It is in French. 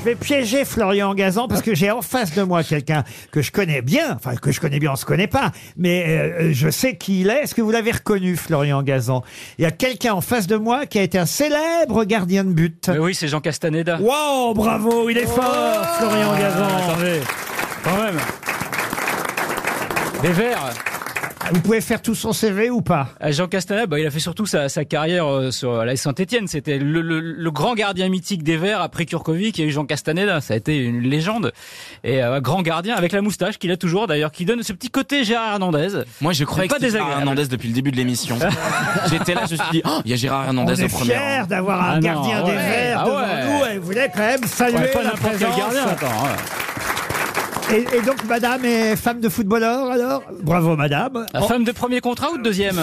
Je vais piéger Florian Gazan parce que j'ai en face de moi quelqu'un que je connais bien, enfin que je connais bien, on se connaît pas, mais euh, je sais qui il est. Est-ce que vous l'avez reconnu, Florian Gazan Il y a quelqu'un en face de moi qui a été un célèbre gardien de but. Mais oui, c'est Jean Castaneda. Ah, Wow, bravo, il est fort, Florian Gazan. Attendez, quand même. Les Verts. Ah, Vous pouvez faire tout son CV ou pas Ah, Jean Castaneda, bah, il a fait surtout sa, sa carrière euh, sur la Saint-Etienne. C'était le, le- le grand gardien mythique des Verts après Kurkovic et Jean Castaneda. Ça a été une légende. Et euh, grand gardien avec la moustache qu'il a toujours d'ailleurs, qui donne ce petit côté Gérard Hernandez. Moi, je croyais pas que c'était Gérard désagréable. Hernandez depuis le début de l'émission. J'étais là, je me suis dit, oh, il y a Gérard On Hernandez est au premier fiers rang. d'avoir un Ah non, gardien des ouais. Verts Ah devant ouais. nous. Elle voulait quand même saluer Ouais, pas la n'importe quel présence. hein. gardien. attends, ouais. Et, et donc, madame est femme de footballeur, alors Bravo, madame. La femme de premier contrat ou de deuxième